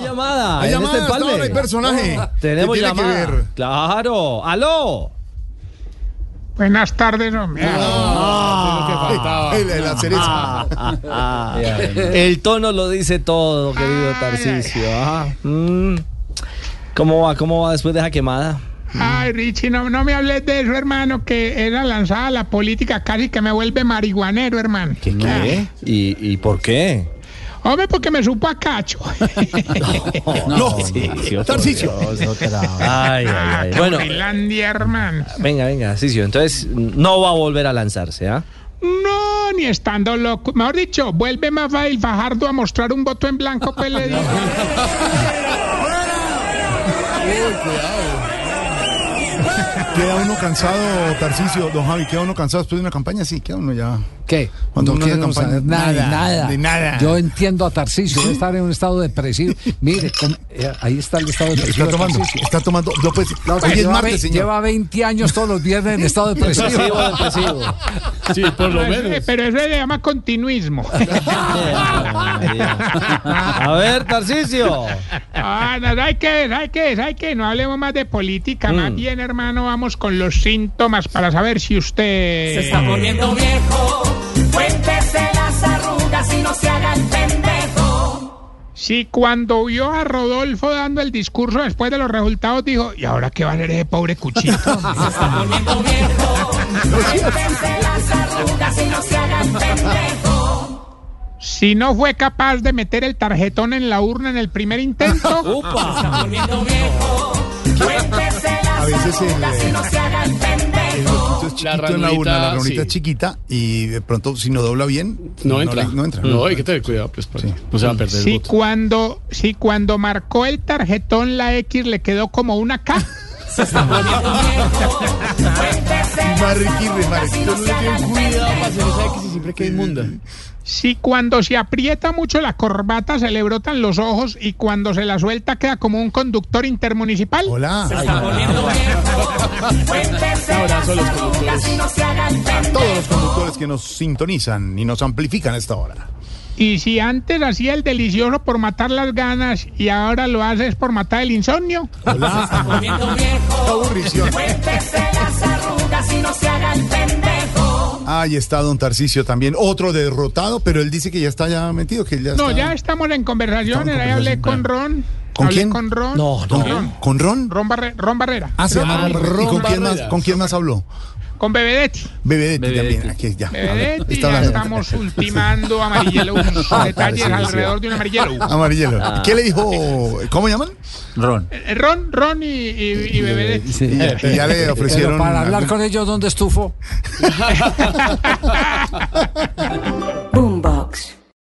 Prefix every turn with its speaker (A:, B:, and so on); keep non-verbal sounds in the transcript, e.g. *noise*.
A: llamada.
B: Hay
A: en
B: llamada,
A: este
B: hasta
A: empalme.
B: ahora hay personaje. que
A: Tenemos
B: tiene que
A: llamada.
B: ver.
A: Claro. ¡Aló!
C: Buenas tardes, hombre.
B: Ah. Ay,
D: Ah.
B: la- la cereza.
A: Ah, El tono lo dice todo, querido
C: Ay,
A: Tarcisio. Ajá. Mm. ¿Cómo va? ¿Cómo va después de esa quemada?
C: Ay, Richie, no, no me hables de eso, hermano, que era lanzada a la política casi que me vuelve marihuanero, hermano.
A: ¿Qué? ¿Y, ¿Eh? y por qué?
C: Hombre, porque me supo a
D: *laughs*
C: cacho.
B: No, Tarcicio.
A: Ay, ay, ay. Bueno,
C: Finlandia, hermano.
A: venga, venga, Tarcisio. Entonces no va a volver a lanzarse, ¿ah?
C: No, ni estando loco. Mejor dicho, vuelve más fácil Fajardo a mostrar un voto en blanco, pues
D: *laughs*
C: le digo.
B: Queda uno cansado, Tarcicio. Don Javi, queda uno cansado después de una campaña. Sí, queda uno ya.
E: ¿Qué?
B: Cuando uno
E: quiero
B: hace campaña,
E: saber nada, de
B: nada,
E: nada.
B: de nada.
E: Yo entiendo a Tarcisio, debe estar en un estado depresivo. Mire, con- eh, ahí está el estado depresivo.
B: Está
E: de
B: tomando,
E: Tarcisio.
B: está tomando. No, pues,
E: No,
B: hoy es
E: lleva,
B: martes,
E: ve-
B: señor.
E: lleva 20 años todos los viernes en
B: *laughs*
E: estado depresivo.
A: depresivo.
D: Sí, por lo
C: Pero eso-
D: menos.
C: Pero eso se llama continuismo.
D: *laughs*
A: *laughs* A ver, Tarcisio.
C: Ah, no, ¿sabes qué? ¿Sabes qué? ¿Sabes qué? No hablemos más de política,
D: Mm.
C: más bien, hermano, vamos con los síntomas para saber si usted...
F: Se está poniendo viejo. Cuéntese las arrugas y no se haga el pendejo.
C: Si cuando vio a Rodolfo dando el discurso después de los resultados dijo, ¿y ahora qué va a hacer ese pobre cuchito?
F: Poniendo viejo. Cuéntese las arrugas y no se haga el pendejo.
C: si no fue capaz de meter el tarjetón en la urna en el primer intento,
F: Poniendo viejo. Cuéntese
B: A
F: las
B: veces el,
F: arrugas y no se haga el
B: El
F: pendejo.
B: huequito es
D: La
B: chiquito en la urna, la
D: ranurita,
B: ranurita
D: sí.
B: es chiquita y de pronto si no dobla bien,
D: No entra.
B: le- no entra.
D: No, hay que tener cuidado, pues, para que no se va a perder el
C: si
D: voto.
C: cuando, si cuando marcó el tarjetón la X le quedó como una K.
F: Cuéntese las
B: Marriqui,
F: arrugas y
B: remarriqui.
F: no se haga el
B: pues.
F: pendejo.
D: hacer esa X y siempre queda inmunda.
C: Si cuando se aprieta mucho la corbata se le brotan los ojos y cuando se la suelta queda como un conductor intermunicipal.
B: Hola.
F: Está poniendo viejo. Cuéntese
D: Un abrazo a los
F: las arrugas y no se haga el pendejo.
B: Todos los conductores que nos sintonizan y nos amplifican a esta hora.
C: Y si antes hacía el delicioso por matar las ganas y ahora lo hace es por matar el insomnio.
D: *laughs*
B: Hola.
F: Poniendo viejo.
B: Qué aburrición.
F: Cuéntese las arrugas y no se haga el pendejo.
B: Ahí está Don Tarcicio también, otro derrotado, pero él dice que ya está ya metido, que él ya
C: No,
B: está-
C: ya estamos en conversaciones.
B: Estamos en
C: Ahí hablé
B: conversación,
C: con Ron.
B: ¿Con
C: hablé
B: quién?
C: Con Ron.
A: No,
B: ¿Con,
C: con
B: quién?
C: Ron.
B: ¿Con Ron?
C: Ron, Barre- Ron Barrera.
B: Ah, se llama
D: Ay,
B: Ron. ¿Y con
D: Ron
B: quién más,
D: Barrera.
B: con quién más habló?
C: Con Bebedetti.
B: Bebedetti, también. Aquí, ya.
C: Bebedetti,
B: Está
C: ya
B: hablando. *laughs* Ah,
C: estamos ultimando Amarillelo. detalles
A: sí, sí.
C: alrededor de
B: *laughs*
C: un Amarillelo.
B: Amarillelo. ¿Qué le dijo? ¿Cómo llaman?
C: Eh, Ron, Ron y, y, y Bebedetti.
B: Y ya, y ya le ofrecieron.
E: Pero para hablar
B: algún-
E: con ellos, ¿dónde estufo?